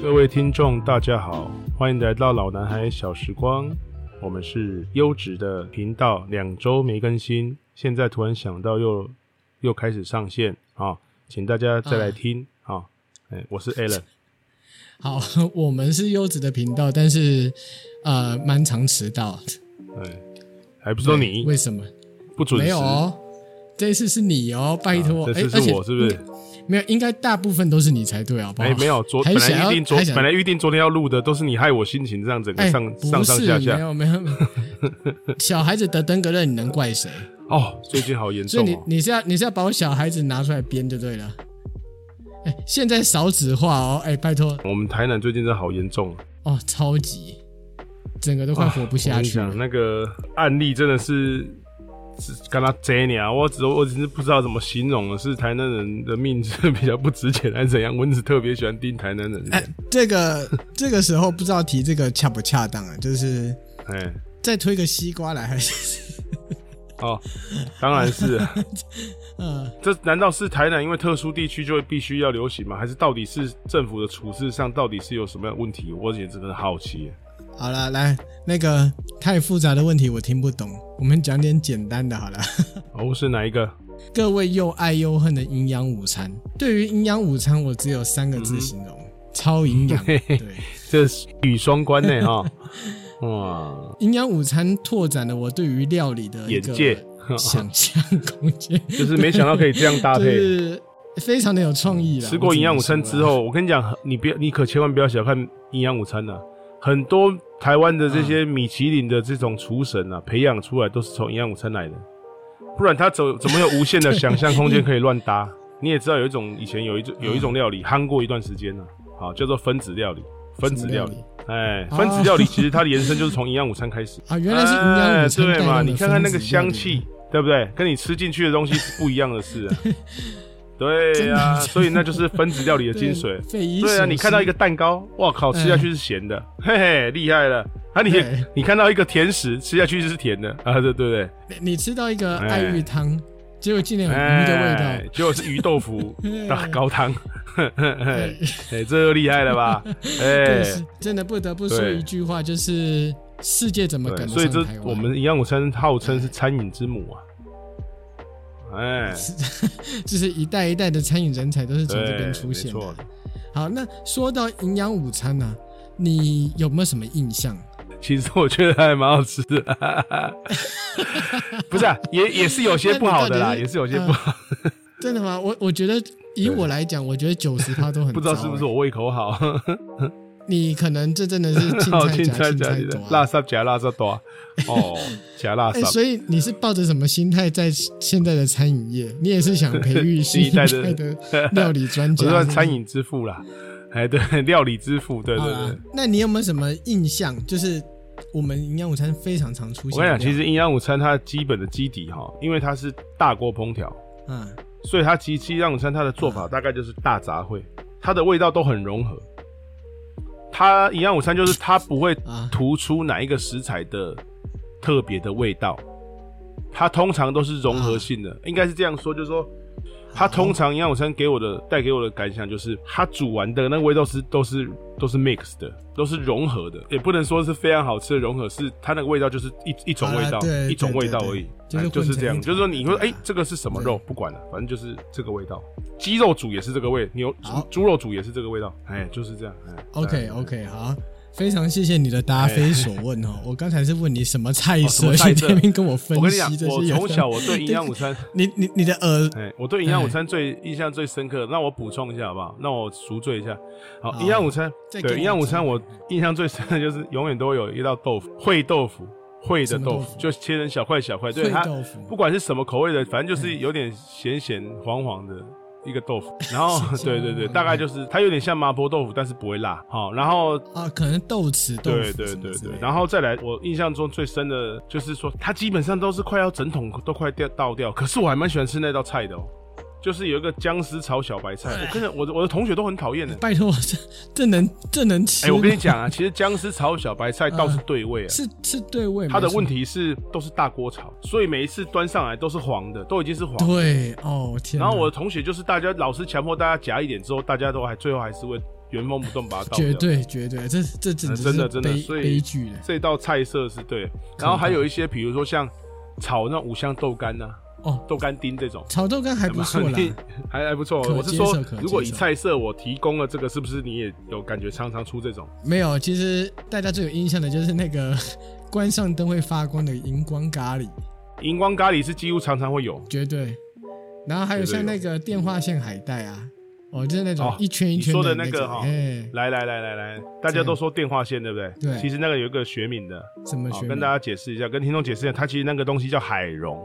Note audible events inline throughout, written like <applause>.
各位听众，大家好，欢迎来到老男孩小时光。我们是优质的频道，两周没更新，现在突然想到又又开始上线啊、请大家再来听啊。哎、我 <laughs> 是 Alan，好， <laughs> 我们是优质的频道，但是呃，蛮常迟到的。哎、还不是说你为什么？不准时，啊没有哦，这一次是你哦，拜托。这哎，次而且是我是不是？没有，应该大部分都是你才对，好不好？哎、没有，昨还本想要来预定昨还想本来预定昨天要录的，都是你害我心情这样整个哎，上、不上上是下下没。有 <laughs> 没有。没有小孩子得登革热，你能怪谁？哦，最近好严所重以你哦。你是要你是要把我小孩子拿出来编就对了。哎，现在少子化哦，哎，拜托我们台南最近真的好严重、啊，哦，超级，整个都快活不我下跟你去了。讲，那个案例真的是是跟他贼你啊！我只我只是不知道怎么形容了，是台南人的命是比较不值钱，还是怎样？蚊子特别喜欢叮台南人。哎，这个这个时候不知道提这个恰不恰当啊？就是哎、再推个西瓜来，还是 <laughs> 哦，当然是、啊。嗯，这难道是台南因为特殊地区就会必须要流行吗？还是到底是政府的处事上到底是有什么样的问题？我也真的好奇啊耶。好了，来那个太复杂的问题我听不懂，我们讲点简单的好了。哦，是哪一个？ <laughs> 各位又爱又恨的营养午餐，对于营养午餐，我只有三个字形容：嗯超 <laughs> 营养。对，这是语双关呢 <laughs> 哈。哇，营养午餐拓展了我对于料理的一眼个界想象空间，就是没想到可以这样 <laughs> 搭就配。是非常的有创意了。吃过营养午餐我只之能说啊，后， <laughs> 我跟你讲，你别你可千万不要小看营养午餐呐、很多台湾的这些米其林的这种厨神啊，培养出来都是从营养午餐来的，不然他怎怎么有无限的想象空间可以乱搭？ <laughs> 你也知道有一种以前有一种有一种料理夯过一段时间呢、啊，好叫做分子料理，分子料理什么。哎，哦分子料理其实它的延伸就是从营养午餐开始。啊，原来是营养午餐哎带对动嘛？的你看看那个分子料理啊香气，对不对？跟你吃进去的东西是不一样的事、啊。 <laughs> 对呀、真的所以那就是分子料理的精 <laughs> 髓。对匪夷对啊，所你看到思一个蛋糕，哇靠，吃下去是咸的，嘿嘿，厉害了。啊你哎对你看到一个甜食，吃下去是甜的啊，对对对，你吃到一个爱玉汤，结果竟然有鱼的味哎道，，结果是鱼豆 <laughs> 腐哎大高汤，嘿嘿嘿哎 <laughs> 哎，这又厉害了 <laughs> 吧？哎对，，是真的不得不说对一句话，就是世界怎么对赶所以得这上台湾？我们营养午餐号称是餐饮之母啊，哎，就是一代一代的餐饮人才都是从这边出现对哎没错的。好，那说到营养午餐呢、你有没有什么印象？其实我觉得还蛮好吃 <laughs> 的，不是、啊，也也是有些不好的那啦，你到底是嗯呃也是有些不好，真的吗？我我觉得以我来讲，我觉得九十趴都很不知糟、道是不是欸我胃口好，你可能这真的 <laughs> 是青好菜哦青夹菜青夹菜你的多、辣啊。沙夹辣沙多， <laughs> 哦，夹辣哎、沙，所以你是抱着什么心态在现在的餐饮业？你也是想培育新一 <laughs> 代新一代的料理专我家？算是不是餐饮之父啦，哎，对， <laughs> 料理之父，对对好啦对。那你有没有什么印象？就是我们营养午餐非常常出我现。跟你讲，其，实营养午餐它基本的基底哈，因为它是大锅烹调，嗯，所以它其实营养午餐它的做法大概就是大杂烩，它的味道都很融合。它营养午餐就是它不会啊突出哪一个食材的特别的味道，它通常都是融合性的，应该是这样说，就是说。它通常营养午餐给我的带给我的感想就是，它煮完的那个味道是都是都是 mix 的，都是融合的，也不能说是非常好吃的融合，是它那个味道就是一一种味道啊，对一种味道对对而已，就是哎混就是成这样，一就是说团你会对哎、啊这个是什么对肉不管了，反正就是这个味道。鸡肉煮也是这个味，牛好猪肉煮也是这个味道，哎，就是这样。哎 OK OK，好，非常谢谢你的答非所问哦。我刚才是问你什么菜哦什么色，菜你色这边跟我分我跟你讲析这，我些有从关小我对营养午 <laughs> 餐，你你你的耳哎，我对营养午餐最印象最深刻。那我补充一下好不好？那我赎罪一下。好，好营养午餐，啊再给对我营养午一餐，次我印象最深的就是永远都会有一道豆腐，烩豆腐，烩的什么豆豆腐腐就切成小块小块，对烩它豆腐哎不管是什么口味的，反正就是有点咸咸黄黄的。一个豆腐，然后咸对咸对对，黄黄大概就是它有点像麻婆豆腐，但是不会辣。好，然后啊，可能豆豉豆对腐对什么对之类对的，然后再来，我印象中最深的就是说，它基本上都是快要整桶都快掉倒掉，可是我还蛮喜欢吃那道菜的哦，就是有一个姜丝炒小白哎菜，我真的我的我的同学都很讨厌的。拜托，这这能这能吃哎、吗？我跟你 <laughs> 讲啊，其实姜丝炒小白菜倒是对味啊，嗯是是对味没它错，的问题是都是大锅炒，所以每一次端上来都是黄的，都已经是黄的。对哦天哪，然后我的同学就是大家老师强迫大家夹一点之后，大家都还最后还是会原封不动把它倒掉。绝对绝对，这这简呃直真的是真的悲所以悲剧了。这道菜色是对，然后还有一些比如说像炒那种五香豆干呐、啊哦，豆干丁这种。炒豆干还不错 <laughs> 啦，还还不错。可我是接说受可，如果接以受菜色我提供了这个，是不是你也有感觉常常出这种？没有。其实大家最有印象的就是那个 <laughs> 关上灯会发光的荧光咖喱，荧光咖喱是几乎常常会有。绝对。然后还有绝对像有那个电话线海带啊，哦，就是那种哦一圈一你圈说的那那个哦种，哈哎，来来来来来，大家都说电话线对不对？对其实那个有一个学名的，什么好学哦跟名大家解释一下，跟听众解释一下，它其实那个东西叫海茸，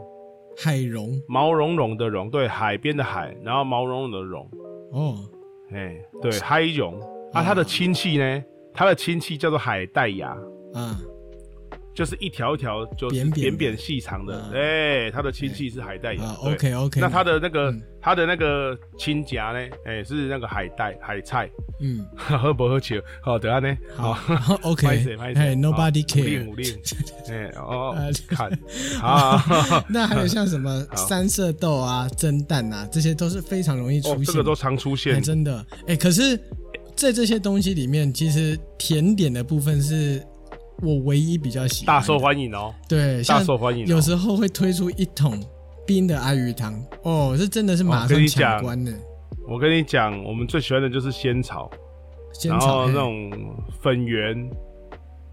海茸毛茸茸的茸，对，海边的海，然后毛茸茸的茸，哦，哎，对，嗨茸啊，它的亲戚呢，它的亲戚叫做海带芽。啊，就是一条一条，就是扁扁扁的扁细长的，啊哎、它的亲戚是海带芽。啊哎对，OK OK，那它的那个、嗯它的那个亲夹呢，哎、是那个海带海菜， <laughs> 嗯，喝不喝酒？好，等下呢，好，OK，拍谁拍谁哎，Nobody <laughs> 五 care。令哎 <laughs> 哦呃，看啊，那还有像什么 <laughs> 好三色豆啊、蒸蛋啊，这些都是非常容易出哦现，的。这个都常出哎现，真的，哎、可是，在这些东西里面，其实甜点的部分是我唯一比较喜欢的，大受欢迎哦，对，大像受欢迎哦。有时候会推出一桶冰的阿鱼汤，哦，这真的是马哦跟上你讲抢关的，我跟你讲，我们最喜欢的就是仙草，仙然草后嘿那种粉圆，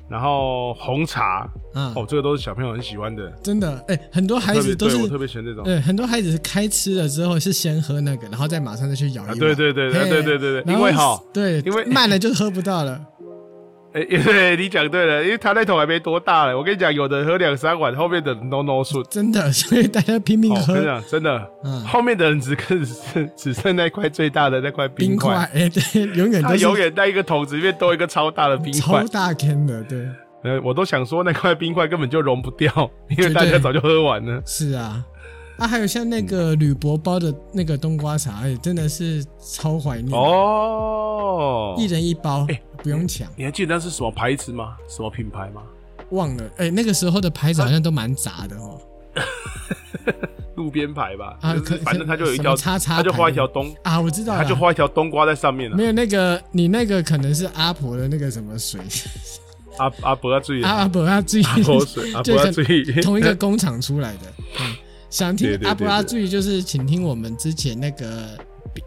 然后红茶，啊，哦，这个都是小朋友很喜欢的。真的，哎、很多孩特子别都对是我特别喜欢这种。对，很多孩子是开吃了之后是先喝那个，然后再马上就去舀一啊碗。对对对对嘿对对对对然后因为哈对，因为慢了就喝不到了。哎、对你讲对了，因为他那桶还没多大了。我跟你讲，有的喝两三碗，后面的 no no 顺。真的，所以大家拼命哦，我喝跟你讲，真的，嗯后面的人只跟 <laughs> 只剩那块最大的那块冰块，块，哎、对，永远他都永是远在一个桶子里面多一个超大的冰块超。大坑的，对，呃，我都想说那块冰块根本就融不掉，因对为大家对早就喝完了。是啊，啊，还有像那嗯个铝箔包的那个冬瓜茶，哎、真的是超怀念，哦嗯一，人一包，不用抢，你还记得那是什么牌子吗？什么品牌吗？忘了，哎、那个时候的牌子好像都蛮杂的哦，路边牌吧，啊就是可反正它就有一什条，么叉叉它就画牌一条冬，啊，我知道它了，就画一条冬瓜在上面了啊没。有那个，你那个可能是阿婆的那个什么水，阿阿伯要注意阿，阿伯要注意，啊阿伯水， <laughs> 阿伯啊就要注是意。 <laughs> 同一个工厂出来的。嗯，想听对对对阿布拉对注意，就是请听我们之前那个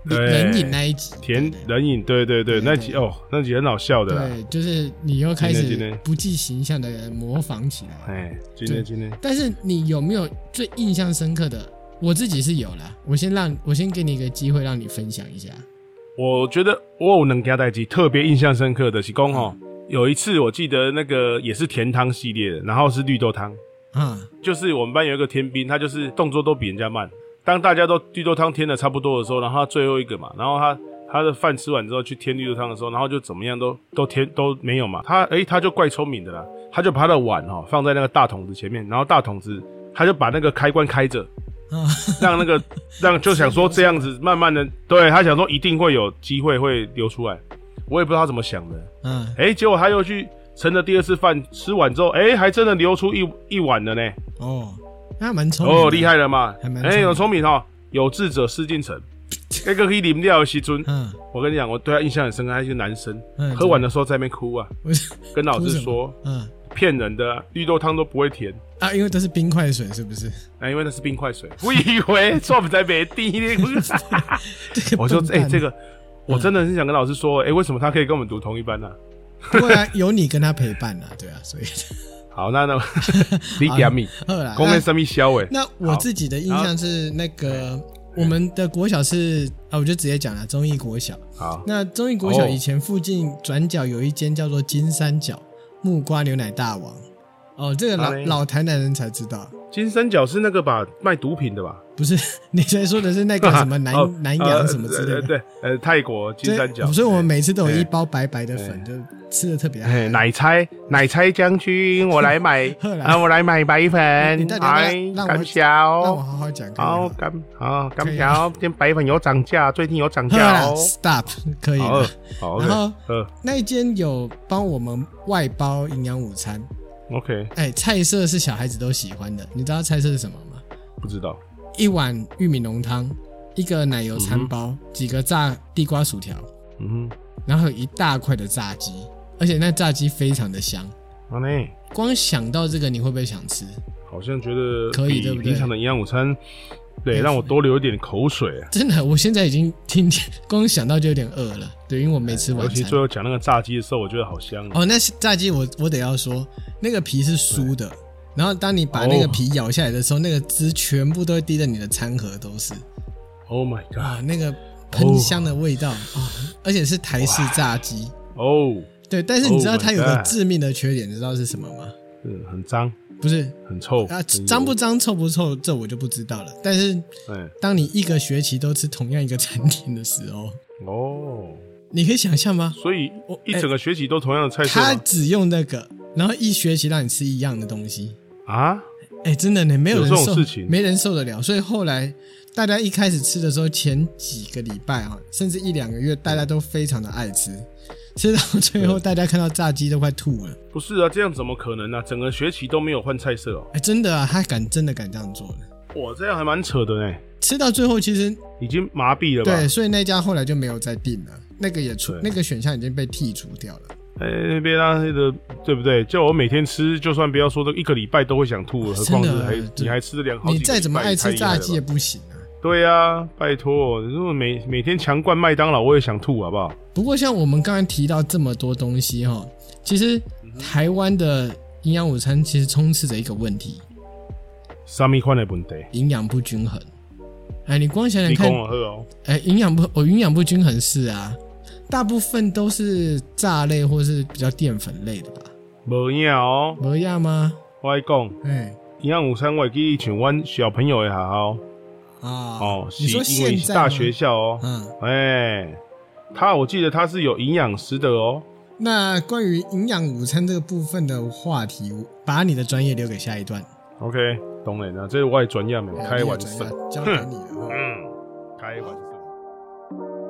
对冷饮那一集。甜对冷饮，对对对，对那集哦，那集很好笑的啦。对，就是你又开今天今始天不计形象的模仿起来。哎，今天对今天但是你有没有最印象深刻的？我自己是有啦，我先让我先给你一个机会，让你分享一下。我觉得我有能给他代记，特别印象深刻的是公哦，有一次我记得那个也是甜汤系列的，然后是绿豆汤，啊，就是我们班有一个天兵，他就是动作都比人家慢。当大家都绿豆汤添的差不多的时候，然后他最后一个嘛，然后他他的饭吃完之后去添绿豆汤的时候，然后就怎么样都都添都没有嘛。他诶、他就怪聪明的啦，他就把他的碗哦放在那个大桶子前面，然后大桶子他就把那个开关开着，啊，让那个让就想说这样子慢慢的，对他想说一定会有机会会流出来。我也不知道他怎么想的，嗯，诶、结果他又去盛了第二次饭，吃完之后，诶、还真的流出一一碗了呢。哦，那蛮聪明的哦，厉，害了嘛还！蛮聪哎、明有聪明哦，有志者事竟 <laughs> 成。那个黑林料西尊，嗯我跟你讲，我对他印象很深刻，他是一个男生，嗯，喝完的时候在那边哭啊，我是跟老哭什师么说嗯骗人的啊，绿豆汤都不会甜。啊，因为都是冰块水，是不是？啊，因为那是冰块水，我以为错不在别地。 <laughs> 这个嗯我说笨，哎、蛋这个我真的很想跟老师说，哎、为什么他可以跟我们读同一班呢、对啊，有你跟他陪伴啊，对啊，所以好，那 <laughs> 那你点米，二啦。公那面上面消哎，那我自己的印象是那个我们的国小是啊，我就直接讲了中义国小。好，那中义国小哦以前附近转角有一间叫做金三角木瓜牛奶大王，哦，这个老好嘞老台南人才知道，金三角是那个吧卖毒品的吧？不是 <laughs> 你在说的是那 <laughs> 个什么南哦南呃洋什么之类呃的。对，呃，泰国金三角，对所以我们每次都有哎一包白白的粉，就吃的特别哎，好。奶猜奶猜将军，我来 <laughs> 买好啦啊，我来买白粉你你到，底要不要哎让，我感谢让我哦，好好讲，可以好吗感好感可以谢啊哦，今天白粉有涨价，最近有涨喝价了哦， ，stop，可以好饿了。，好然后饿，呃那一间有帮我们外包营养午餐， ，OK，哎，菜色是小孩子都喜欢的。你知道菜色是什么吗？不知道，一碗玉米浓汤，一个奶油餐包，几个炸地瓜薯条，嗯哼，然后有一大块的炸鸡，而且那炸鸡非常的香。好嘞，光想到这个，你会不会想吃？好像觉得可以比对不对平常的营养午餐，对，让我多流一点口水啊。真的，我现在已经听见，光想到就有点饿了。对，因为我没吃晚尤其餐最。后讲那个炸鸡的时候，我觉得好香啊。哦，那是炸鸡我我得要说，那个皮是酥的，然后当你把那个哦皮咬下来的时候，那个汁全部都会滴在你的餐盒都是 Oh my 啊， god！那个喷香的味道啊、而且是台式炸鸡。哦，对，但是你知道 Oh my 它有个 God 致命的缺点，你知道是什么吗？嗯，很脏，不是很臭嗯啊，很油脏不脏、臭不臭，这我就不知道了。但是哎，当你一个学期都吃同样一个餐厅的时候，哦，你可以想象吗？所以我一哎整个学期都同样的菜色他吗只用那个，然后一学期让你吃一样的东西。啊？哎、真的呢，没有人这种受，事情没人受得了。所以后来大家一开始吃的时候，前几个礼拜啊，甚至一两个月，大家都非常的爱吃，吃到最后，大家看到炸鸡都快吐了。不是啊，这样怎么可能呢、整个学期都没有换菜色哦。哎、真的啊，他敢真的敢这样做的。哇，这样还蛮扯的呢，吃到最后，其实已经麻痹了吧？对，所以那家后来就没有再订了，那个也出，对那个选项已经被剔除掉了。哎、那边拉黑的，对不对？叫我每天吃，就算不要说这一个礼拜都会想吐，何况是真的还这你还吃得两好几你个再怎么礼拜爱吃炸鸡太厉害也了吧不行啊。对呀、拜托，如果每每天强灌麦当劳，我也想吐，好不好？不过像我们刚才提到这么多东西哈，其实台湾的营养午餐其实充斥着一个问题：三米宽的问题，营养不均衡。哎，你光想想你看跟，我喝哦，哎，营养不，哦，营养不均衡是啊，大部分都是炸类或是比较淀粉类的吧？无影哦，不亚吗？我跟你讲，哎营养午餐我记像阮小朋友的学校啊，哦，你说是因为现是在大吗学，校哦，嗯，哎、他我记得他是有营养师的哦，那关于营养午餐这个部分的话题，把你的专业留给下一段。 OK，当然啦，这是我的专业嘛，哎开你的玩专笑业，交给你了哦。嗯，开玩笑。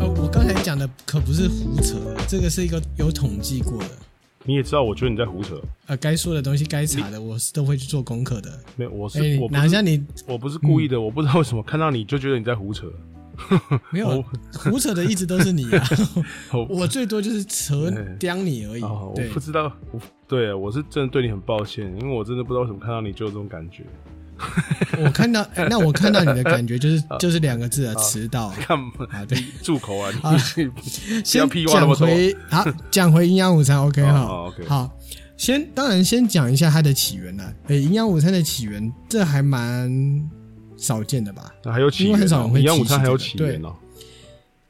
呃，我刚才讲的可不是胡扯，这个是一个有统计过的。你也知道，我觉得你在胡扯。呃，该说的东西、该查的，我是都会去做功课的。没有，我是、哎、你我不哪像嗯是你我不是故意的，我不知道为什么看到你就觉得你在胡扯。没有我胡扯的，一直都是你 <laughs> 啊。我我最多就是扯哎刁你而已。啊，哦我对不，知道，我对我是真的对你很抱歉，因为我真的不知道为什么看到你就有这种感觉。我 <laughs> 看到、哎那我看到你的感觉就是哦就是两个字啊，迟到。干嘛？ <laughs> 啊，对，住口啊！你不要先屁话那么讲多。回好，讲回营养午餐，OK 哦哈、哦，OK 好，先当然先讲一下它的起源啦。诶、营养午餐的起源，这还蛮少见的吧？那还有起因为很源哦少人，会营养午提餐起还有这个起对源哦。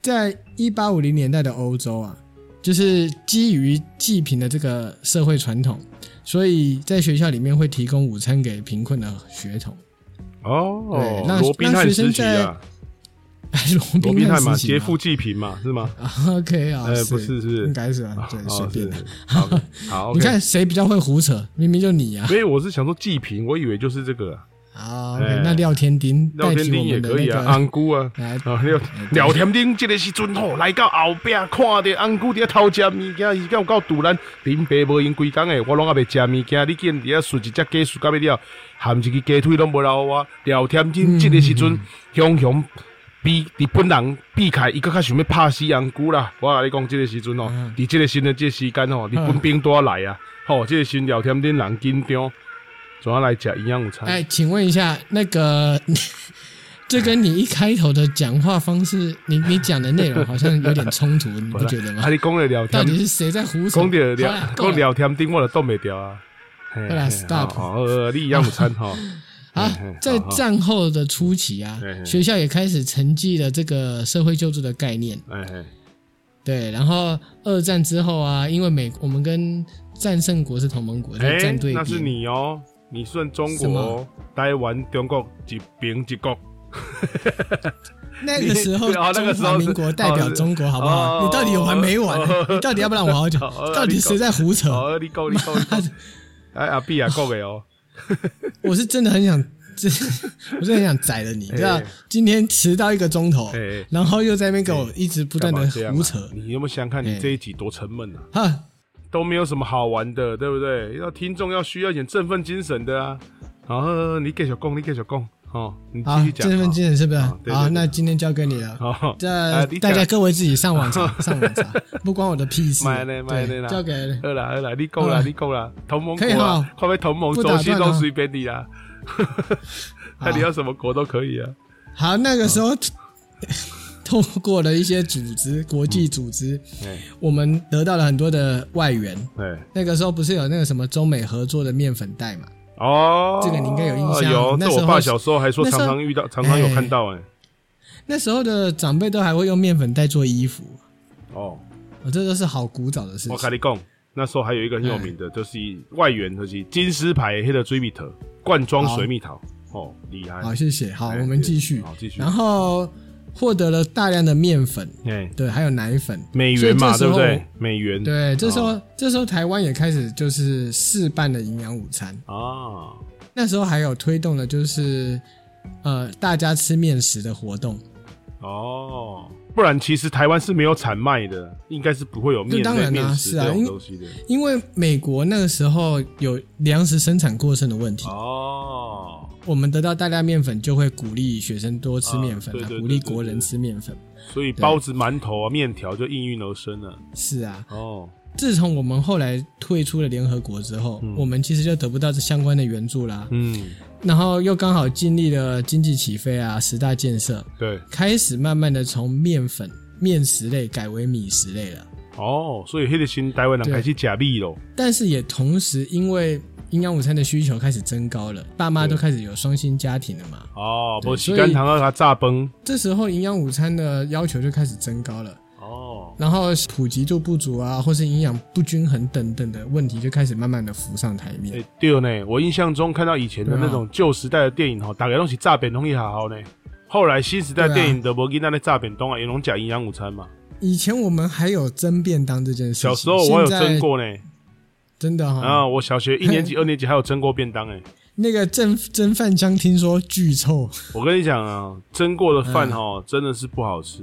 在一八五零年代的欧洲啊，就是基于济贫的这个社会传统，所以在学校里面会提供午餐给贫困的学童。 <laughs> 哦对，那罗宾汉那学生时期啊，哎罗罗宾汉嘛，时期劫吗富济贫嘛，是吗？啊，OK 啊，哎不是是不是应该是啊，对，随哦，便是的。 <laughs> 好好，你 OK 看谁比较会胡扯？明明就你啊！所以我是想说济贫，我以为就是这个啊啊，OK，哎那廖天丁廖代天替我丁也们的可那以啊，个安姑啊，来啊廖廖天丁这个时阵吼，来到后壁看着安姑伫遐偷食物件，伊敢有够突然，恁爸无因规工诶，我拢也未食物件，你见伫遐顺一只鸡顺到尾了，含一支鸡腿拢无留我。廖天丁这个时嗯阵，雄雄比日本人避开，伊更较想要拍死安姑啦。我甲你讲，这个时阵哦，嗯伫这个新的这个时间哦，日本兵多来啊，吼，这个新廖天丁人紧张，怎啊来食营养午餐？哎，请问一下，那个 <laughs> 这跟你一开头的讲话方式，你你讲的内容好像有点冲突，你不觉得啊，吗？你讲了聊 <laughs> 到天，底是谁在胡扯？ <laughs> 讲着 <laughs> 好啦聊，够讲了聊天顶，我就挡袂掉啊。嘿好啦嘿 stop 好好呃，你养午餐 <laughs> 吼，嘿嘿啊好，在好战后的初期啊嘿，嘿学校也开始承继了这个社会救助的概念。哎哎，对，然后二战之后啊，因为美我们跟战胜国是同盟国，在哎战队，那是边。你哦，你算中什国哦么，台湾、中国一边一 <laughs> 国， <laughs> 那个时候，你 <laughs> 哦那中个时候华是民国代表中国，好不哦好？你到底有完没完？哦 <laughs> 你到底要不要让我好好讲哦？到底谁在胡扯？哦，你讲你讲你 <laughs> 讲，哎阿碧也讲的哦，我是真的很想， <laughs> 真我真的很想宰了你，你知道？今天迟到一个钟头哎，然后又在那边给我一直不断干的嘛这样啊胡扯你有没有想看你哎这一集多沉闷啊？哈，都没有什么好玩的，对不对？要听众要需要一点振奋精神的啊。好，呵呵你给小贡，你给小贡，哦，你继好续，讲。这份精神是不是？好对对好，对那今天交给你了。好，哎好啊这大家各位自己上 <laughs> 网查，上网查，不关我的屁事。买嘞买嘞对啦交给饿了饿了，你够好了了你够了，同盟可国以啊哈，会不会同盟不轴打心断都啊随便你 <laughs> 啦。那你要什么国都可以啊。好。那个时啊候， <laughs> 透过了一些组织，国际组织，哎我们得到了很多的外援。哎那个时候不是有那个什么中美合作的面粉袋嘛？哦，这个你应该有印象有，那这时我候爸是小时候还说那时常候常遇到，常常有哎看到哎。那时候的长辈都还会用面粉袋做衣服，哦，哦，这都是好古早的事我情。跟你讲，那时候还有一个很有哎名的，就是外援，就是金丝牌黑的追蜜桃，罐装水蜜桃，哦，厉害。好，谢谢。好，哎我们继续好，继续然后获得了大量的面粉，哎，对，还有奶粉，美元嘛，对所以这时不候对？嗯哦美元，对，这时候、这时候台湾也开始就是试办了营养午餐，啊，那时候还有推动了就是呃大家吃面食的活动，哦，不然其实台湾是没有产卖的，应该是不会有面对当然类啊面食是啊这种因东西的。因为美国那个时候有粮食生产过剩的问题，哦，我们得到大量面粉就会鼓励学生多吃面粉啊对啊对对鼓励国人吃面粉。所以包子、馒头啊、面条就应运而生了。是啊，哦，自从我们后来退出了联合国之后，我们其实就得不到这相关的援助啦。嗯，然后又刚好经历了经济起飞啊、十大建设，对，开始慢慢的从面粉、面食类改为米食类了。哦，所以黑的新台湾人对开始假币咯。但是也同时，因为营养午餐的需求开始增高了，爸妈都开始有双薪家庭了嘛，哦，对不，洗所以干糖让它炸崩。这时候营养午餐的要求就开始增高了，哦，然后普及度不足啊，或是营养不均衡等等的问题就开始慢慢的浮上台面。哎、对呢，我印象中看到以前的对啊那种旧时代的电影哈，大概都是炸扁东西好好呢。后来新时代啊电影的摩根那那炸扁东啊，也拢讲营养午餐嘛。以前我们还有蒸便当这件事情，小时候我有现在蒸，过啊呢，真的哈、然后我小学一年级、二年级还有蒸过便当哎、那个蒸蒸饭箱听说巨臭，我跟你讲啊，蒸过的饭哈、真的是不好吃。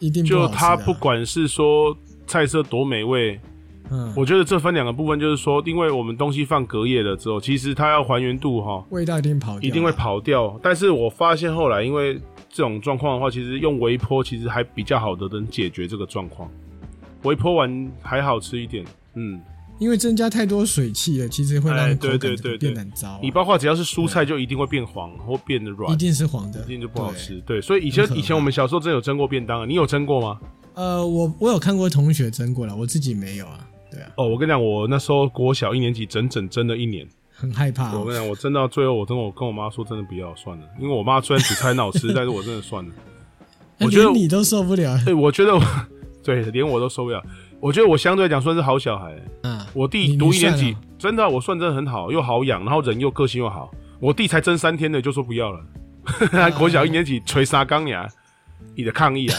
一定不就好吃的它啊不，管是说菜色多美味，嗯，我觉得这分两个部分，就是说，因为我们东西放隔夜了之后，其实它要还原度哈，味道一定跑掉，一定会。跑掉。但是我发现后来，因为这种状况的话，其实用微波其实还比较好的能解决这个状况。微波完还好吃一点，嗯，因为增加太多水汽了，其实会让哎口对对感整个对变对得很糟啊、你包括只要是蔬菜，就一定会变黄或变得软，一一定是黄的，一定就不好吃。对，所以以前很可怕以前我们小时候真的有蒸过便当，啊，你有蒸过吗？呃，我我有看过同学蒸过了，我自己没有啊。对啊，哦，我跟你讲，我那时候国小一年级整整蒸了一年。很害怕、我跟你哦。讲，我蒸到最后，我真的我跟我妈说，真的不要算了，因为我妈虽然煮菜很好吃，但是我真的 <laughs> 算了。那我觉得哎连你都受不 <laughs> 了对，我觉得我对，连我都受不了。我觉得我相对来讲算是好小孩、啊！我你弟你读一年算级了，真的啊、我算真的很好，又好养，然后人又个性又好。我弟才蒸三天的就说不要了，啊 <laughs> 国小一年级捶沙缸呀，你的抗议啊！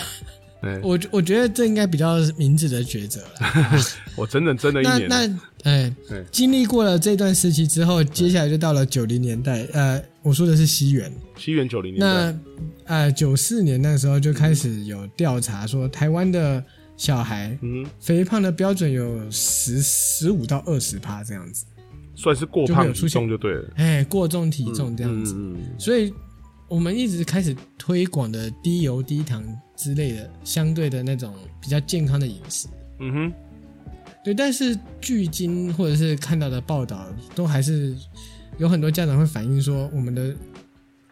对，我我觉得这应该比较明智的抉择 <laughs> 了。我整整蒸了一那年。啊那哎对，经历过了这段时期之后，接下来就到了九零年代。呃，我说的是西元。西元九零年代，那呃，九四年那时候就开始有调查说，台湾的小孩嗯，肥胖的标准有十十五到二十趴这样子，算是过就会胖有出体现重就对了，哎，过重体重这样子。嗯嗯嗯所以我们一直开始推广的低油、低糖之类的，相对的那种比较健康的饮食。嗯哼。对，但是距今或者是看到的报道，都还是有很多家长会反映说，我们的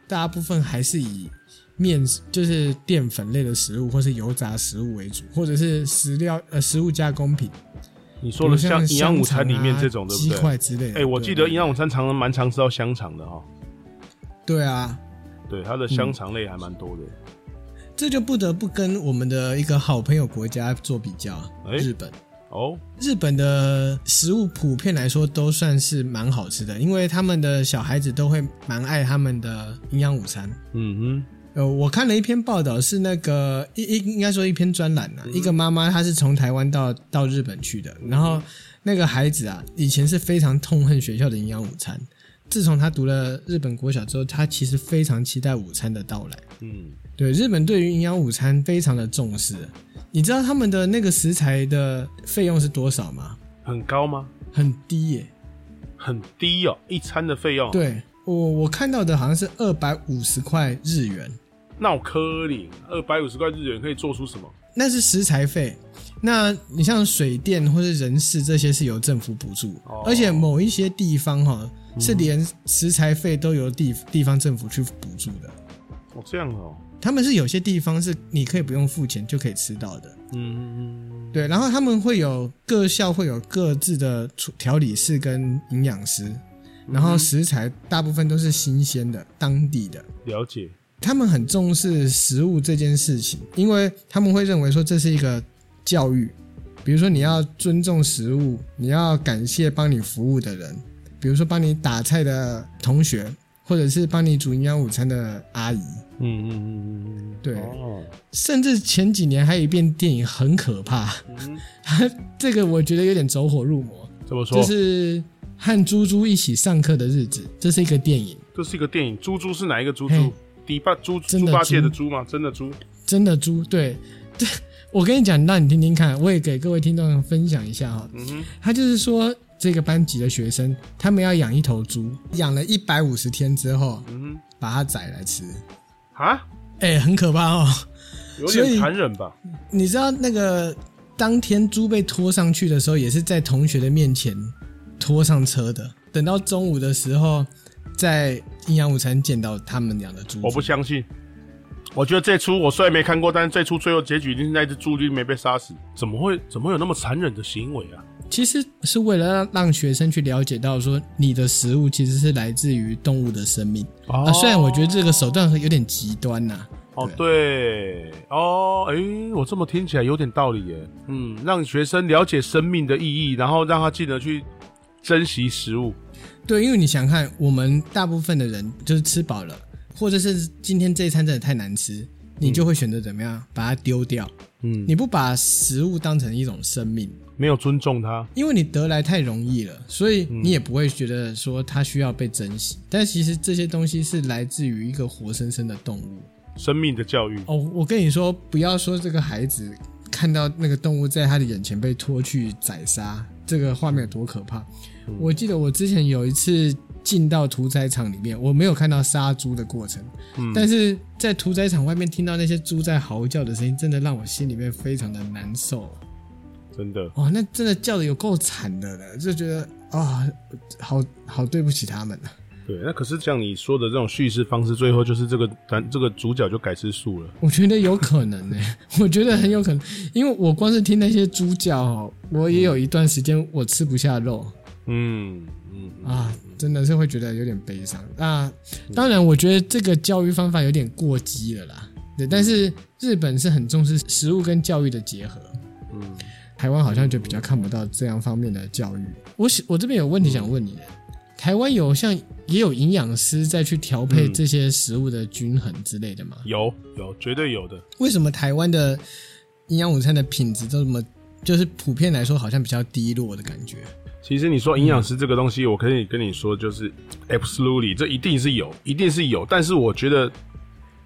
大部分还是以面就是淀粉类的食物，或是油炸食物为主，或者是食料呃食物加工品，你说的比如像营养午香肠餐里面啊这种，对鸡不对？块之类的。哎、我对啊记得营养午餐常常蛮常吃到香肠的哈，对啊，对，它的香肠类还蛮多的。这就不得不跟我们的一个好朋友国家做比较，啊哎日本。哦，日本的食物普遍来说都算是蛮好吃的，因为他们的小孩子都会蛮爱他们的营养午餐。嗯呃，我看了一篇报道，是那个一一应该说一篇专栏啊，一个妈妈她是从台湾到到日本去的，然后嗯那个孩子啊，以前是非常痛恨学校的营养午餐，自从他读了日本国小之后，他其实非常期待午餐的到来。哼，嗯，对，日本对于营养午餐非常的重视。你知道他们的那个食材的费用是多少吗？很高吗？很低耶、很低哦，一餐的费用。，对我我看到的好像是二百五十块日元，闹科林二百五十块日元可以做出什么？那是食材费。那你像水电或是人事这些是由政府补助，哦而且某一些地方哈是连食材费都由地地方政府去补助的。哦，这样哦，他们是有些地方是你可以不用付钱就可以吃到的，嗯，对。然后他们会有各校会有各自的厨调理师跟营养师，然后食材大部分都是新鲜的、当地的。了解。他们很重视食物这件事情，因为他们会认为说这是一个教育，比如说你要尊重食物，你要感谢帮你服务的人，比如说帮你打菜的同学，或者是帮你煮营养午餐的阿姨。嗯嗯嗯嗯嗯，对哦，甚至前几年还有一遍电影很可怕，嗯，这个我觉得有点走火入魔，怎么说？就是和猪猪一起上课的日子，这是一个电影，这是一个电影，猪猪是哪一个猪猪嘿？迪巴猪真猪的八戒猪的猪吗？真的猪？真的猪对。这我跟你讲，让你听听看，我也给各位听众分享一下哈、嗯哼，他就是说，这个班级的学生，他们要养一头猪，养了一百五十天之后，嗯把它宰来吃。哼，啊，哎、很可怕哦！有所点以残忍吧？你知道那个当天猪被拖上去的时候，也是在同学的面前拖上车的。等到中午的时候，在营养午餐见到他们养的猪我不相信。我觉得这出我虽然没看过，但是这出最后结局一定是那只猪就没被杀死。怎么会？怎么会有那么残忍的行为啊？其实是为了让让学生去了解到说，你的食物其实是来自于动物的生命、哦啊。虽然我觉得这个手段有点极端呐、哦，对，哦，诶、我这么听起来有点道理耶。嗯，让学生了解生命的意义，然后让他进而去珍惜食物。对，因为你想看，我们大部分的人就是吃饱了，或者是今天这一餐真的太难吃，你就会选择怎么样把它丢掉。嗯，你不把食物当成一种生命，没有尊重他。因为你得来太容易了，所以你也不会觉得说它需要被珍惜。但其实这些东西是来自于一个活生生的动物。生命的教育，哦，我跟你说，不要说这个孩子看到那个动物在他的眼前被拖去宰杀，这个画面有多可怕！我记得我之前有一次进到屠宰场里面，我没有看到杀猪的过程，但是在屠宰场外面听到那些猪在嚎叫的声音，真的让我心里面非常的难受。真的哇，那真的叫的有够惨的了，就觉得啊、好好对不起他们啊！对。那可是像你说的这种叙事方式，最后就是这个男这个主角就改吃素了。我觉得有可能呢、欸我觉得很有可能，因为我光是听那些猪叫哦，我也有一段时间我吃不下肉嗯嗯，啊，真的是会觉得有点悲伤。那当然，我觉得这个教育方法有点过激了啦。对，但是日本是很重视食物跟教育的结合，嗯，台湾好像就比较看不到这样方面的教育。我喜我这边有问题想问你，台湾有像也有营养师再去调配嗯这些食物的均衡之类的吗？有有绝对有的。为什么台湾的营养午餐的品质都这么，就是普遍来说好像比较低落的感觉？其实你说营养师这个东西，我可以跟你说，就是 absolutely，这一定是有，一定是有。但是我觉得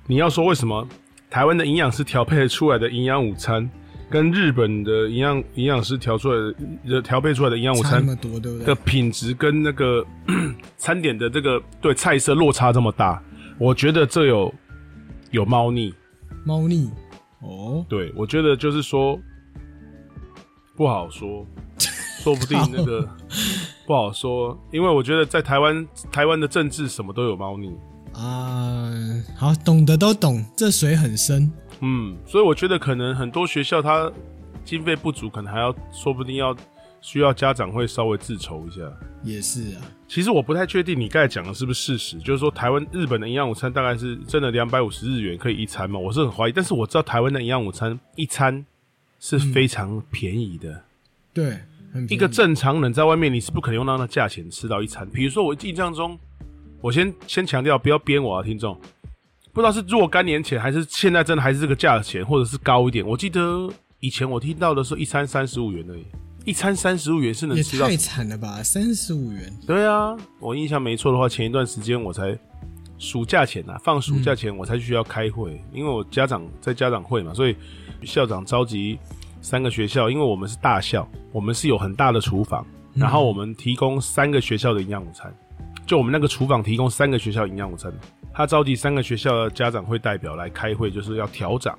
你要说为什么台湾的营养师调配出来的营养午餐，跟日本的营养营养师调出来的呃调配出来的营养午差餐那么多，对不的对？品质跟那个 <clears throat> 餐点的这个对菜色落差这么大，我觉得这有有猫腻。猫腻哦，对我觉得就是说不好说，说不定那个不好说，因为我觉得在台湾台湾的政治什么都有猫腻。啊、好，懂得都懂，这水很深。嗯，所以我觉得可能很多学校它经费不足，可能还要说不定要需要家长会稍微自筹一下。也是啊，其实我不太确定你刚才讲的是不是事实，就是说台湾日本的营养午餐大概是真的两百五十日元可以一餐嘛？我是很怀疑，但是我知道台湾的营养午餐一餐是非常便宜的。对，很一个正正常人在外面你是不可能用到那价钱吃到一餐。比如说我印象中，我先先强调不要编我啊，听众，不知道是若干年前还是现在真的还是这个价钱，或者是高一点。我记得以前我听到的时候，一餐三十五元而已，一餐三十五元是能也吃到太惨了吧，三十五元，对啊，我印象没错的话，前一段时间我才暑假前啊，放暑假前我才需要开会，因为我家长在家长会嘛，所以校长召集三个学校，因为我们是大校，我们是有很大的厨房，然后我们提供三个学校的营养午餐，就我们那个厨房提供三个学校营养午餐。他召集三个学校的家长会代表来开会，就是要调涨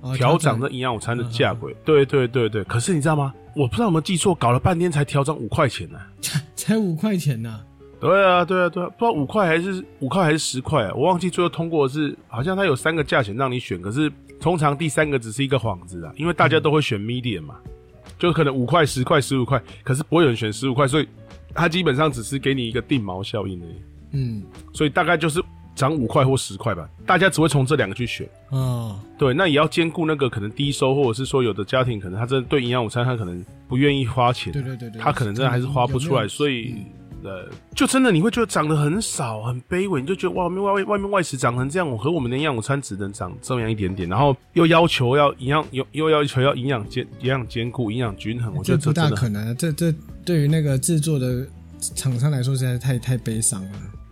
哦调涨这营养午餐的价格。对对对对，可是你知道吗？我不知道有没有记错，搞了半天才调涨五块钱呢、 <laughs> 才五块钱呐、对啊，对啊，对啊，不知道五块还是五块还是十块、啊，我忘记最后通过的是，好像它有三个价钱让你选，可是通常第三个只是一个幌子啊，因为大家都会选 medium 嘛，就可能五块、十块、十五块，可是不会有人选十五块，所以它基本上只是给你一个定锚效应而已，嗯，所以大概就是涨五块或十块吧，大家只会从这两个去选。哦，对，那也要兼顾那个可能低收，或者是说有的家庭可能他真的对营养午餐他可能不愿意花钱，对对对对，他可能真的还是花不出来，嗯有没有嗯所以呃，就真的你会觉得涨得很少，很卑微，你就觉得哇，外面外外外面外食涨成这样，我和我们的营养午餐只能涨这样一点点，然后又要求要营养又又要求要营养兼营养兼顾、营养均衡，我觉这得这不大真的可能啊，这这对于那个制作的厂商来说实在是太太悲伤了。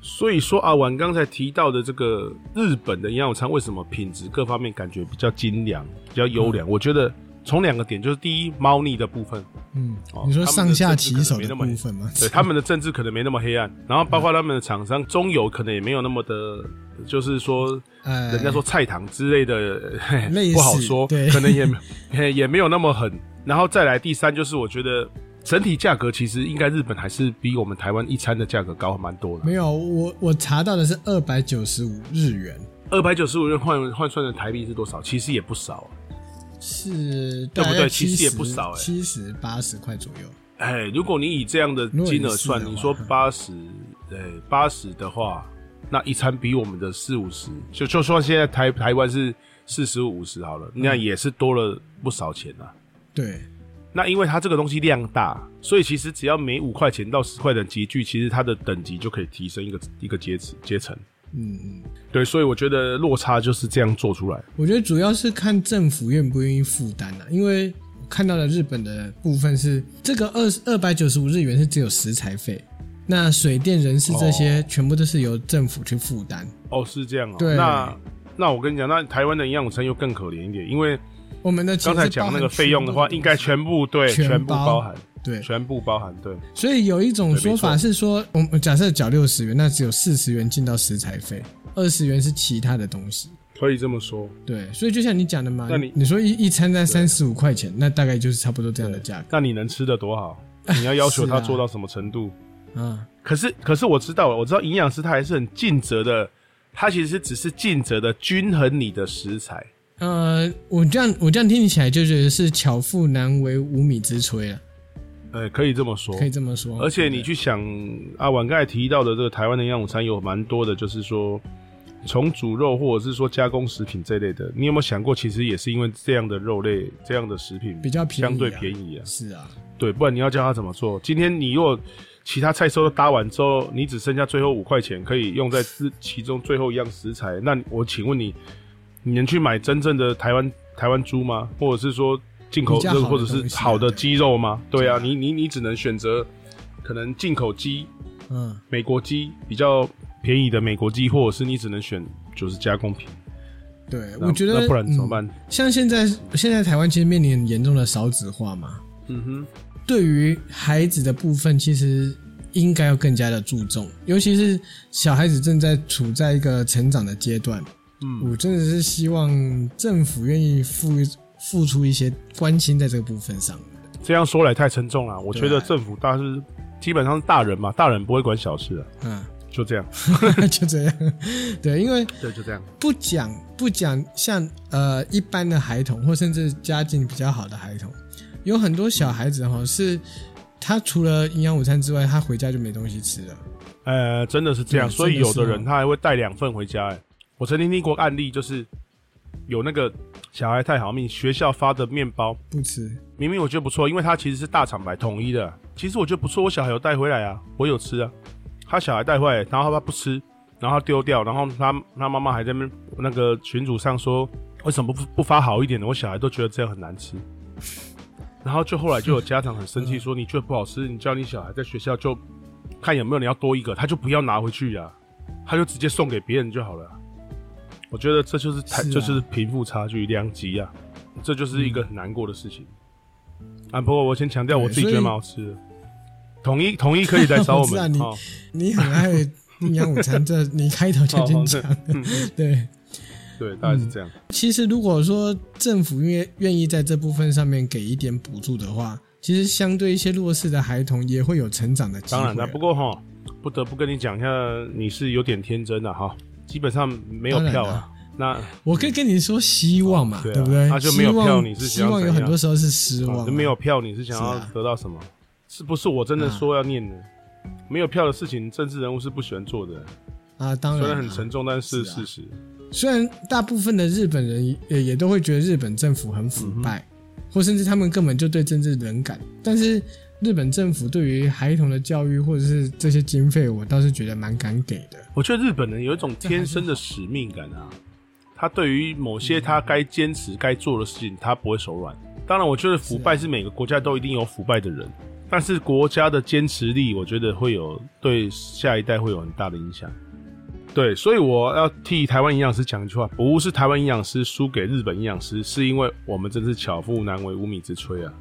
所以说啊，婉刚才提到的这个日本的营养午餐，为什么品质各方面感觉比较精良、比较优良？我觉得从两个点，就是第一，猫腻的部分，嗯，哦你说上下其手他们的政治可能没那么的部分吗？对他 <laughs> 们的政治可能没那么黑暗，然后包嗯括他们的厂商中油可能也没有那么的，就是说呃，人家说菜糖之类的，嘿类似不好说，对可能 <laughs> 也没嘿也没有那么狠。然后再来第三就是，我觉得整体价格其实应该日本还是比我们台湾一餐的价格高蛮多的，没有，我我查到的是二百九十五日元，二百九十五元换换算成台币是多少？其实也不少、啊。是对不对大概其实也不少欸七十八十块左右。哎，如果你以这样的如果金额你是算，的你话说八十，哎，八十的话，那一餐比我们的四五十，就就算现在台台湾是四十五十好了，嗯那也是多了不少钱啊。对，那因为它这个东西量大，所以其实只要每五块钱到十块的集聚，其实它的等级就可以提升一个一个阶层阶层。嗯嗯，对，所以我觉得落差就是这样做哦出来。我觉得主要是看政府愿不愿意负担啊，因为我看到的日本的部分是这个二二百九十五日元是只有食材费，那水电人事这些全部都是由政府去负担。哦，是这样哦。对那那我跟你讲，那台湾的营养午餐又更可怜一点，因为我们的刚才讲那个费用的话，应该全部对全全部包包含。对，全部包含对，所以有一种对没说法错是说，我们假设缴六十元，那只有四十元进到食材费，二十元是其他的东西。可以这么说。对，所以就像你讲的嘛，那你说一一餐在三十五块钱，那大概就是差不多这样的价格那你能吃的多好？你要要求他做到什么程度？啊。可是，可是我知道了，我知道营养师他还是很尽责的，他其实只是尽责的均衡你的食材。呃，我这样我这样听起来就觉得是巧妇难为无米之炊了，呃，可以这么说可。以这么说。而且你去想啊，婉刚才提到的这个台湾的营养午餐有蛮多的，就是说从煮肉或者是说加工食品这类的，你有没有想过，其实也是因为这样的肉类、这样的食品比较便宜啊相对便宜啊？是啊，对，不然你要教他怎么做？今天你如果其他菜收都搭完之后，你只剩下最后五块钱可以用在自其中最后一样食材，那我请问你，你能去买真正的台湾台湾猪吗？或者是说进口比较好的或者东是西啊好的对鸡肉吗？对啊，对啊你你你只能选择可能进口鸡、嗯，美国鸡比较便宜的美国鸡，或者是你只能选就是加工品。对，那我觉得那不然怎么嗯办？像现在现在台湾其实面临很严重的少子化嘛，嗯哼，对于孩子的部分，其实应该要更加的注重，尤其是小孩子正在处在一个成长的阶段。嗯我真的是希望政府愿意付付出一些关心在这个部分上。这样说来太沉重了。我啊觉得政府大是基本上是大人嘛，大人不会管小事啊。嗯，就这样， <laughs> 就这样。对，因为对，就这样。不讲不讲，像呃一般的孩童，或甚至家境比较好的孩童，有很多小孩子哈是。他除了营养午餐之外，他回家就没东西吃了。呃，真的是啊这样，对所以有的真的人是哦他还会带两份回家、哎，我曾经听过案例，就是有那个小孩太好命，学校发的面包，不吃，明明我觉得不错，因为它其实是大厂牌统一的，其实我觉得不错，我小孩有带回来啊，我有吃啊。他小孩带回来，然后他不吃，然后他丢掉，然后他他妈妈还在那边那个群组上说，为什么不不发好一点的？我小孩都觉得这样很难吃。然后就后来就有家长很生气说，你觉得不好吃，你叫你小孩在学校就看有没有你要多一个，他就不要拿回去呀、啊他就直接送给别人就好了啊。我觉得这就是台，是啊这就是贫富差距两极啊。这就是一嗯个很难过的事情。啊，不过我先强调，我自己觉得蛮好吃的。统一统一可 <laughs> 以来找我我知们啊道你哦你很爱营养午餐，这你开头就已经讲哦了。嗯对，对，大概是这样。其实如果说政府愿愿意在这部分上面给一点补助的话，其实相对一些弱势的孩童也会有成长的机会。啊当然了，不过哈，不得不跟你讲一下，你是有点天真的哈，基本上没有当然票啦啊。那我可以跟你说希望嘛，对啊不对？啊就没有希望票你是希想要望有怎样很多时候是失望啊啊、就没有票，你是想要是啊得到什么？是不是我真的啊说要念的？没有票的事情，政治人物是不喜欢做的，啊，当虽然然啊很沉重，但是是啊事实。虽然大部分的日本人也也都会觉得日本政府很腐嗯败，或甚至他们根本就对政治冷感，但是日本政府对于孩童的教育或者是这些经费，我倒是觉得蛮敢给的。我觉得日本人有一种天生的使命感啊，他对于某些他该坚持、该做的事情，他不会手软。当然，我觉得腐败是每个国家都一定有腐败的人，但是国家的坚持力，我觉得会有对下一代会有很大的影响。对，所以我要替台湾营养师讲一句话：不是台湾营养师输给日本营养师，是因为我们真是巧妇难为无米之炊啊！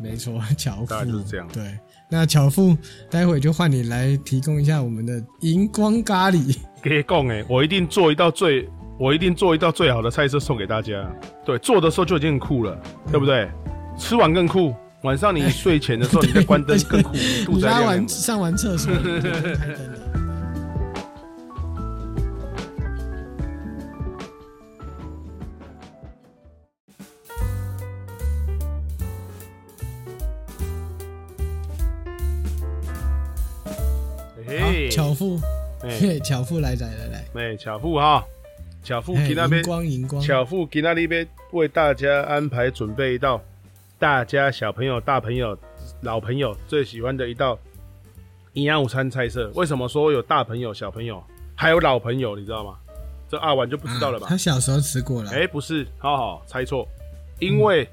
没错，巧妇大概就是这样对，那巧妇，待会就换你来提供一下我们的荧光咖喱。给供哎，我一定做一道最，我一定做一道最好的菜色送给大家。对，做的时候就已经很酷了，嗯对不对？吃完更酷，晚上你睡前的时候，你再关灯更 <laughs> 酷，你肚哎你子还拉亮亮完的。上完厕所，你就开灯了。好嘿，巧妇，哎嘿，巧妇来来来来，哎，巧妇哈，巧妇给嘿哦那边哎荧，光荧光，巧妇给那里边为大家安排准备一道大家小朋友、大朋友、老朋友最喜欢的一道营养午餐菜色。为什么说有大朋友、小朋友，还有老朋友？你知道吗？这阿婉就不知道了吧？他啊小时候吃过了，哎、不是，好好猜错，因为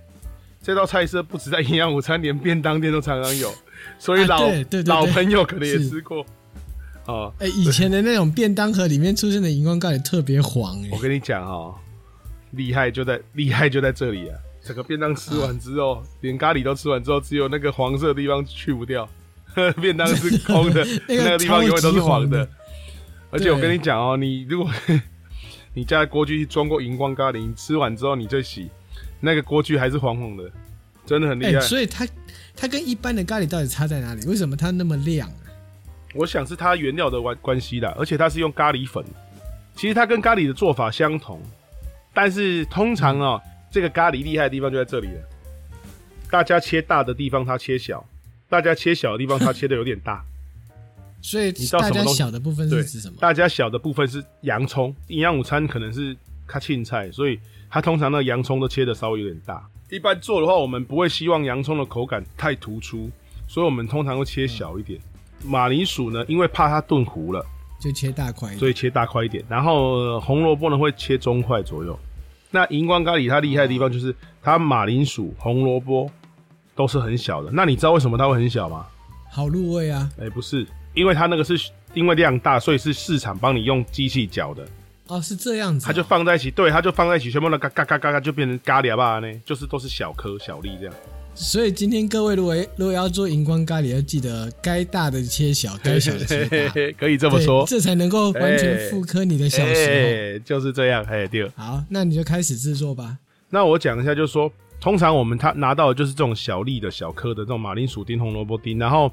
这道菜色不止在营养午餐，连便当店都常常有，所以啊老、对对对老对朋友可能也是吃过。哦，哎、以前的那种便当盒里面出现的荧光咖喱特别黄、我哎，跟你讲哦，厉害就在厉害就在这里啊！整个便当吃完之后，连咖喱都吃完之后，只有那个黄色的地方去不掉， <laughs> 便当是空的， <laughs> 那个那个地方永远都是黄超级黄的的。而且我跟你讲哦，你如果 <laughs> 你家的锅具装过荧光咖喱，你吃完之后你就洗，那个锅具还是黄黄的，真的很厉哎、害。所以它它跟一般的咖喱到底差在哪里？为什么它那么亮、啊？我想是它原料的关关系啦，而且它是用咖喱粉，其实它跟咖喱的做法相同，但是通常哦，嗯这个咖喱厉害的地方就在这里了。大家切大的地方它切小，大家切小的地方它切的有点 <laughs> 大，所以你知道大什么家东西小的部分对是指什么？大家小的部分是洋葱，营养午餐可能是它青菜，所以它通常那个洋葱都切的稍微有点大。一般做的话，我们不会希望洋葱的口感太突出，所以我们通常会切嗯小一点。马铃薯呢，因为怕它炖糊了。就切大块一点。所以切大块一点。然后、呃红萝卜呢会切中块左右。那荧光咖喱它厉害的地方就是它马铃薯、红萝卜都是很小的。那你知道为什么它会很小吗？好入味啊！哎、不是，因为它那个是因为量大，所以是市场帮你用机器搅的，哦，是这样子、它就，放在一起，对，它就放在一起，全部都嘎嘎嘎嘎嘎就变成咖喱吧呢，就是都是小颗小粒这样。所以今天各位如果如果要做荧光咖喱，要记得该大的 <laughs> 切小，该小的切大，可以这这么说，这才能够完全复刻你的小时哎就是这样，哎、对。候。好，那你就开始制作吧。那我讲一下，就是说，通常我们他拿到的就是这种小粒的小颗的这种马铃薯丁、红萝卜丁，然后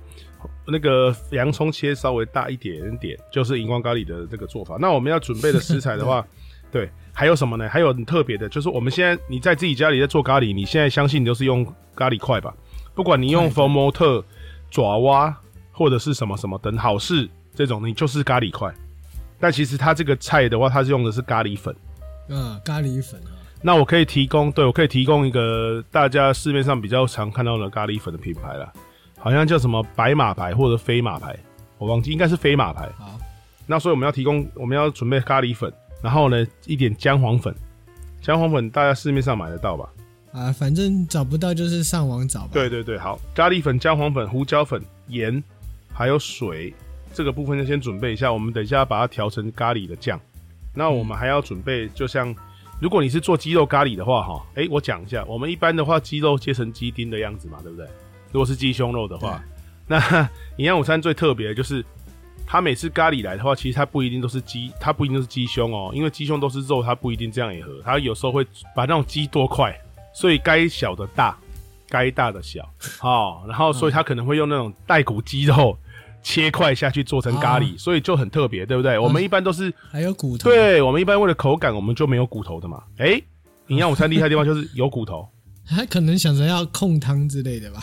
那个洋葱切稍微大一点点，就是荧光咖喱的这个做法。那我们要准备的食材的话，对，还有什么呢？还有很特别的，就是我们现在你在自己家里在做咖喱，你现在相信你都是用咖喱块吧？不管你用佛摩特、爪哇或者是什么什么等好事这种，你就是咖喱块。但其实它这个菜的话，它是用的是咖喱粉。嗯，咖喱粉啊，那我可以提供，对我可以提供一个大家市面上比较常看到的咖喱粉的品牌啦，好像叫什么白马牌或者飞马牌，我忘记，应该是飞马牌。好，那所以我们要提供，我们要准备咖喱粉，然后呢一点姜黄粉，姜黄粉大家市面上买得到吧？啊，反正找不到就是上网找吧。对对对，好，咖喱粉、姜黄粉、胡椒粉、盐，还有水，这个部分就先准备一下。我们等一下把它调成咖喱的酱。那我们还要准备，就像如果你是做鸡肉咖喱的话，哈，哎，我讲一下，我们一般的话，鸡肉切成鸡丁的样子嘛，对不对？如果是鸡胸肉的话， <laughs> 那营养午餐最特别的就是，它每次咖喱来的话，其实它不一定都是鸡，它不一定都是鸡胸哦，因为鸡胸都是肉，它不一定这样也合，它有时候会把那种鸡剁块，所以该小的大，该大的小， <laughs> 哦，然后所以它可能会用那种带骨鸡肉切块下去做成咖喱，所以就很特别，对不对？我们一般都是还有骨头，对啊我们一般为了口感，我们就没有骨头的嘛。哎、营养午餐厉害的地方就是有骨头。他可能想着要控汤之类的吧。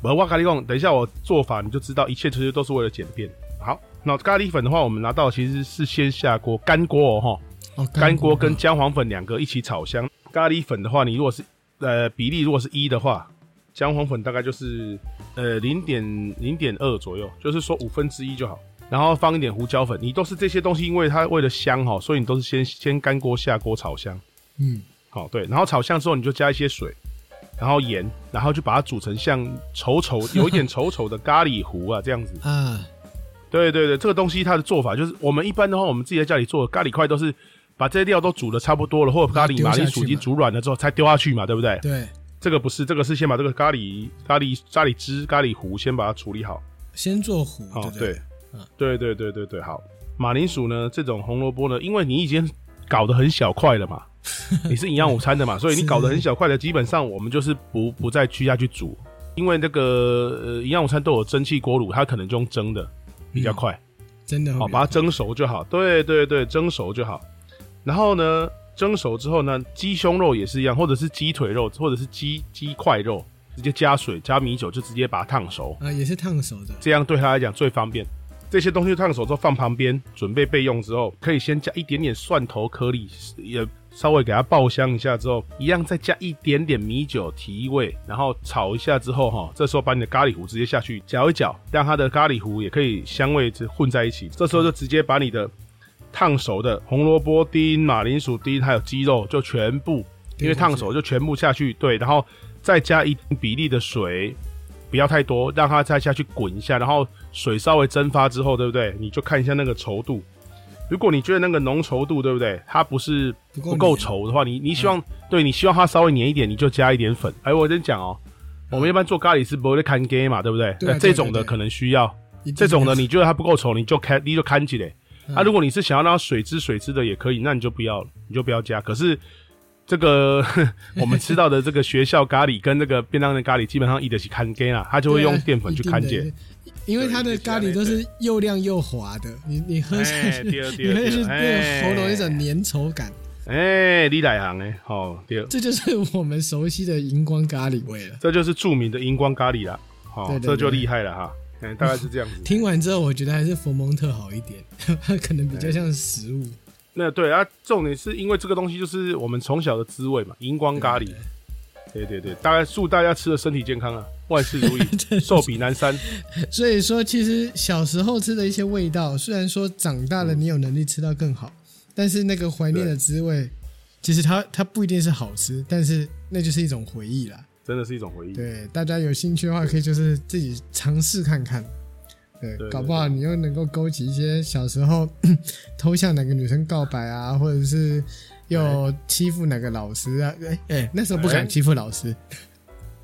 不，我咖喱贡，等一下我做法你就知道，一切其实都是为了简便。好，那咖喱粉的话，我们拿到其实是先下锅干锅哦，哈，哦，干锅跟姜黄粉两个一起炒香。咖喱粉的话，你如果是呃比例如果是一的话，姜黄粉大概就是呃零点零点二左右，就是说五分之一就好。然后放一点胡椒粉，你都是这些东西，因为它为了香哈，所以你都是先先干锅下锅炒香。嗯，好，对，然后炒香之后你就加一些水，然后盐，然后就把它煮成像稠稠有一点稠稠的咖喱糊啊这样子。啊，对对对，这个东西它的做法就是，我们一般的话，我们自己在家里做的咖喱块都是把这些料都煮的差不多了，或者咖喱丢马下铃去薯已经嘛煮软了之后才丢下去嘛，对不对？对，这个不是，这个是先把这个咖喱咖喱咖喱汁、咖喱糊先把它处理好。先做糊，哦对，不对对对？，对对对对，好。马铃薯呢，这种红萝卜呢，因为你已经搞得很小块了嘛，你是营养午餐的嘛，所以你搞得很小块的，基本上我们就是不不再去下去煮，因为那个呃营养午餐都有蒸汽锅炉，它可能就用蒸的比较快，真的会好、比较把它蒸熟就好。对对对，蒸熟就好。然后呢，蒸熟之后呢，鸡胸肉也是一样，或者是鸡腿肉，或者是鸡鸡块肉，直接加水加米酒就直接把它烫熟。啊，也是烫手的，这样对他来讲最方便。这些东西烫手之后放旁边，准备备用之后，可以先加一点点蒜头颗粒，也稍微给它爆香一下之后，一样再加一点点米酒提味，然后炒一下之后哈，这时候把你的咖喱糊直接下去搅一搅，让它的咖喱糊也可以香味混在一起。这时候就直接把你的烫熟的红萝卜丁、马铃薯丁还有鸡肉就全部，因为烫熟就全部下去，对，然后再加一定比例的水， <laughs> 不要太多，让它再下去滚一下，然后水稍微蒸发之后，对不对？你就看一下那个稠度。如果你觉得那个浓稠度，对不对？它不是不够不够黏稠的话，你你希望、对你希望它稍微黏一点，你就加一点粉。哎，我跟你讲哦，我们一般做咖喱是不会看 gay 嘛，对不对？对啊那这对啊种的对啊可能需要，一定这种的要你觉得它不够稠，你就看你就看起来。嗯啊，如果你是想要让它水汁水汁的也可以，那你就不要了，你就不要加。可是这 <laughs> 个我们吃到的这个学校咖喱跟这个便当的咖喱基本上一得起看 g 啦，它就会用淀粉去看见。，对啊啊一定的因为它的咖喱都是又亮又滑的，你你喝下哎去，对对对你会是那哎个喉咙有一种粘稠感，哎，李乃行哎，好、对，这就是我们熟悉的荧光咖喱味了。这就是著名的荧光咖喱啦，好、对对这就对厉害了哈。哎，大概是这样子。 <laughs> 听完之后，我觉得还是佛蒙特好一点， <laughs> 可能比较像食物。那对啊，重点是因为这个东西就是我们从小的滋味嘛，荧光咖喱。对对对，大概祝大家吃的身体健康啊，万事 <laughs> 如意，寿比南山。所以说，其实小时候吃的一些味道，虽然说长大嗯了你有能力吃到更好，但是那个怀念的滋味，其实它它不一定是好吃，但是那就是一种回忆啦。真的是一种回忆。对，大家有兴趣的话，可以就是自己尝试看看。对，对搞不好你又能够勾起一些小时候 <coughs> 偷向哪个女生告白啊，或者是又欺负哪个老师啊。哎哎，那时候不哎敢欺负老师，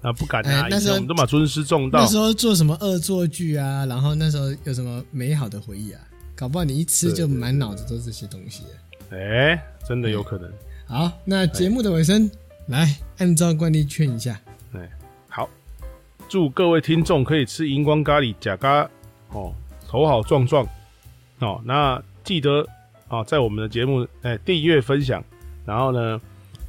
啊，不敢啊，哎以那时前候我们都把尊师重道那时。候做什么恶作剧啊，然后那时候有什么美好的回忆啊，搞不好你一吃对就对满脑子都是这些东西。啊哎、真的有可能。好，那节目的尾声，来按照惯例劝一下，好，祝各位听众可以吃荧光咖喱假咖哦，头好壮壮哦。那记得啊、在我们的节目哎订阅分享，然后呢，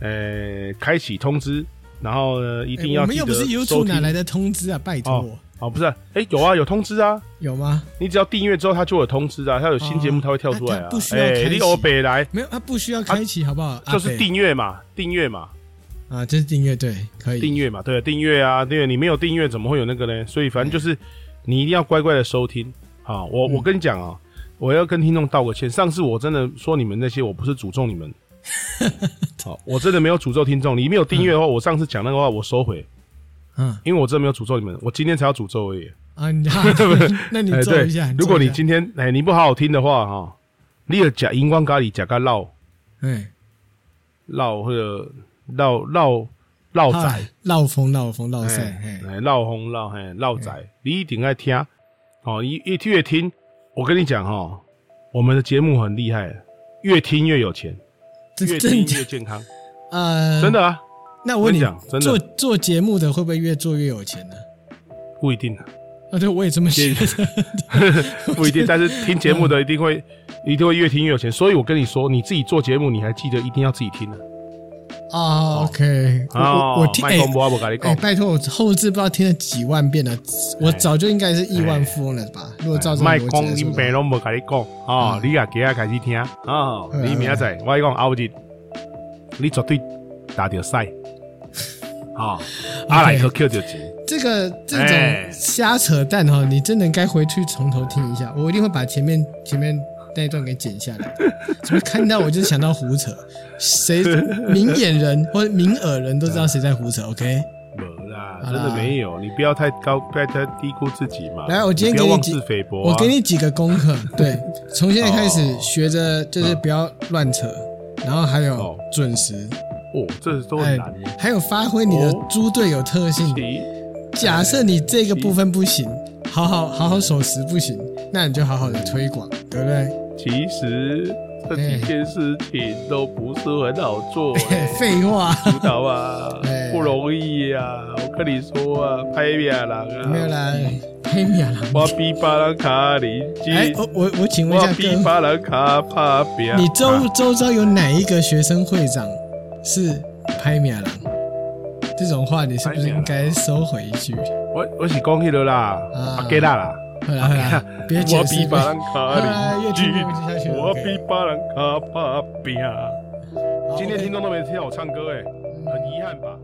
呃，开启通知，然后呢一哎定要我记们又得不是 YouTube 收哪听。来的通知啊，拜托，哦哦，不是、啊，哎、有啊，有通知啊，有吗？你只要订阅之后，它就有通知啊，它有新节目，哦它会跳出来啊它啊不。需要哎、开你启欧北来，没有，它不需要开启，好不好？啊就阿是北订阅嘛，订阅嘛，啊，这是订阅，对，可以。订阅嘛，对，订阅啊，订阅，你没有订阅怎么会有那个呢？所以反正嗯就是你一定要乖乖的收听啊！我我跟你讲啊，我要跟听众道个歉，上次我真的说你们那些，我不是诅咒你 <laughs> 们，好，我真的没有诅咒听众，你没有订阅的话，我上次讲那个话我收回，嗯因为我真的没有诅咒你们，我今天才要诅咒而已。 <laughs> 啊，你那你哎，做对一下，如果你做一下今天哎你不好好听的话哈，你有假荧光咖喱假咖酪，哎绕或者绕绕绕仔，哎绕风绕风绕赛，哎哎，绕风绕嘿绕仔，你一定爱听。哦，你一越听，我跟你讲哦，我们的节目很厉害，越听越有钱，这越听真假越健康，呃，真。的啊，那我问你真讲真的，做做节目的会不会越做越有钱呢？不一定啊， <laughs> 啊，对，我也这么觉得。 <laughs> 不一定，但是听节目的一定会一定会越听越有钱。所以我跟你说，你自己做节目，你还记得一定要自己听啊。哦，OK，我哦我我听麦哎克风我跟你哎，讲，拜托，我后置不知道听了几万遍了，我早就应该是亿万富翁了吧？如果照这个哎麦逻讲辑恁来说爸的话，拢无甲你讲，哦，你也加开始听，哦，嗯你明仔载，我跟你讲后日，你绝对打着 <laughs> 赛，哦，阿来克扣着钱，这个这哎种瞎扯淡哈，你真的该回去从头听一下，我一定会把前面前面那一段给剪下 <laughs> 来。怎么看到我就想到胡扯？谁明眼人或者明耳人都知道谁在胡扯？OK，没啦，好啦真的没有，你不要太高，不要太低估自己嘛。来我今天你不给要你妄几自菲薄啊，我给你几个功 <laughs> 课，对，从现在开始哦学着就是不要乱扯，然后还哦有准时，哦，这都哎很难耶。还有发挥你的哦猪队友特性。你假设你这个部分不行，好好好好守时不行，那你就好好的推广，对不对？ <laughs> 其实这几件事情都不是很好做、嘿欸，哎废话，辅导啊 <laughs> 哎，不容易啊！我跟你说啊，拍面人啊，没有啦，黑米啦。我比巴拉卡里基，哎，我我我请问一我下比哥，巴拉卡帕比亚。啊你周周遭有哪一个学生会长是拍米郎？这种话你是不是应该收回一句？我我是讲迄个啦，啊阿给啦啦，好啦好啦，别解哎我释比。巴拉 <laughs> 卡里基哎好啦越听越不下去，了我 OK 比巴拉卡帕比亚。好今天 OK 听众都没听到我唱歌，哎，很遗憾吧？